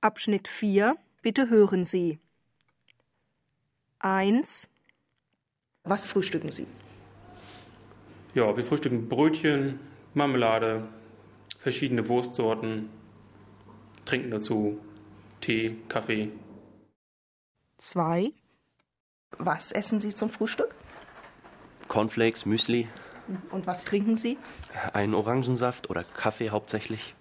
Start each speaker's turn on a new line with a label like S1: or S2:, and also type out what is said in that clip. S1: Abschnitt 4. Bitte hören Sie. 1,
S2: Was frühstücken Sie?
S3: Ja, wir frühstücken Brötchen, Marmelade, verschiedene Wurstsorten, trinken dazu Tee, Kaffee.
S1: 2,
S2: Was essen Sie zum Frühstück?
S4: Cornflakes, Müsli,
S2: Und was trinken Sie?
S4: einen Orangensaft oder Kaffee hauptsächlich.